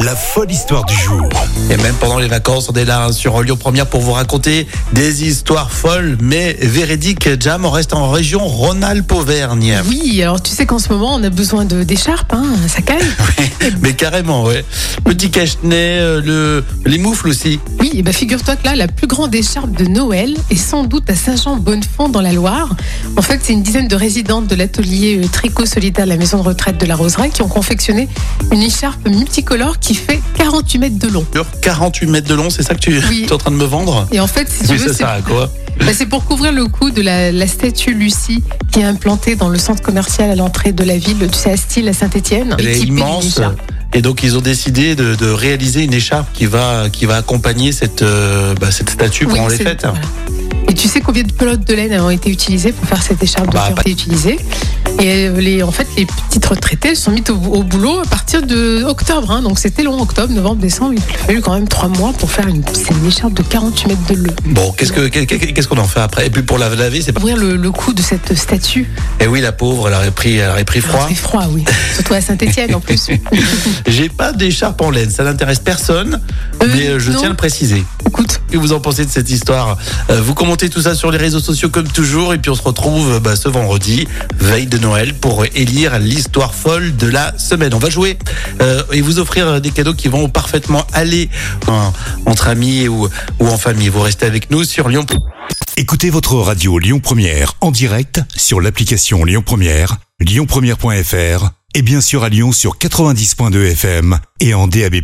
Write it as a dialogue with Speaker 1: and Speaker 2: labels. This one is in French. Speaker 1: La folle histoire du jour.
Speaker 2: Et même pendant les vacances, on est là hein, sur Lyon Première pour vous raconter des histoires folles mais véridiques. Jam, on reste en région Rhône-Alpes-Auvergne.
Speaker 3: Oui, alors tu sais qu'en ce moment, on a besoin de d'écharpes, hein, ça caille.
Speaker 2: Mais carrément, ouais. Petit cache-nez, euh, le... les moufles aussi.
Speaker 3: Oui, et bah figure-toi que là, la plus grande écharpe de Noël est sans doute à Saint-Jean-Bonnefond dans la Loire. En fait, c'est une dizaine de résidentes de l'atelier euh, Tricot Solitaire, la maison de retraite de la Roseraie, qui ont confectionné une écharpe multicolore qui fait 48 mètres de long.
Speaker 2: Sur 48 mètres de long, c'est ça que tu
Speaker 3: Oui.
Speaker 2: es en train de me vendre
Speaker 3: Et en fait, si tu
Speaker 2: Oui,
Speaker 3: veux,
Speaker 2: c'est
Speaker 3: c'est
Speaker 2: ça, quoi.
Speaker 3: bah, c'est pour couvrir le cou de la, la statue Lucie qui est implantée dans le centre commercial à l'entrée de la ville, tu sais, à Style, à Saint-Étienne.
Speaker 2: Elle est immense. Et donc, ils ont décidé de, de réaliser une écharpe qui va, qui va accompagner cette, euh, bah, cette statue pendant les fêtes.
Speaker 3: Et tu sais combien de pelotes de laine ont été utilisées pour faire cette écharpe
Speaker 2: Bah,
Speaker 3: qui ont
Speaker 2: pas-
Speaker 3: été utilisées Et euh, les, en fait, les petites retraitées elles se sont mises au, au boulot à partir de octobre. hein. donc c'était long, octobre, novembre, décembre. Il a fallu quand même trois mois pour faire une, c'est une écharpe de 48 mètres de long.
Speaker 2: Bon, qu'est-ce que- qu'est-ce qu'on en fait après Et puis pour la laver, c'est pas.
Speaker 3: Ouvrir le, le cou de cette statue.
Speaker 2: Eh oui, la pauvre, elle aurait pris, elle aurait pris froid.
Speaker 3: C'est froid, oui. Surtout à Saint-Étienne en plus.
Speaker 2: J'ai pas d'écharpe en laine, ça n'intéresse personne,
Speaker 3: Euh,
Speaker 2: mais euh, je
Speaker 3: non.
Speaker 2: tiens à le préciser.
Speaker 3: Écoute,
Speaker 2: Que vous en pensez de cette histoire Euh, Vous commentez tout ça sur les réseaux sociaux comme toujours, et puis on se retrouve euh, bah, ce vendredi, veille de Noël, pour élire l'histoire folle de la semaine. On va jouer euh, et vous offrir euh, des cadeaux qui vont parfaitement aller en- entre amis ou, ou en famille. Vous restez avec nous sur Lyon.
Speaker 1: Écoutez votre radio Lyon Première en direct sur l'application Lyon Première, lyonpremière.fr et bien sûr à Lyon sur 90.2 FM et en DAB+.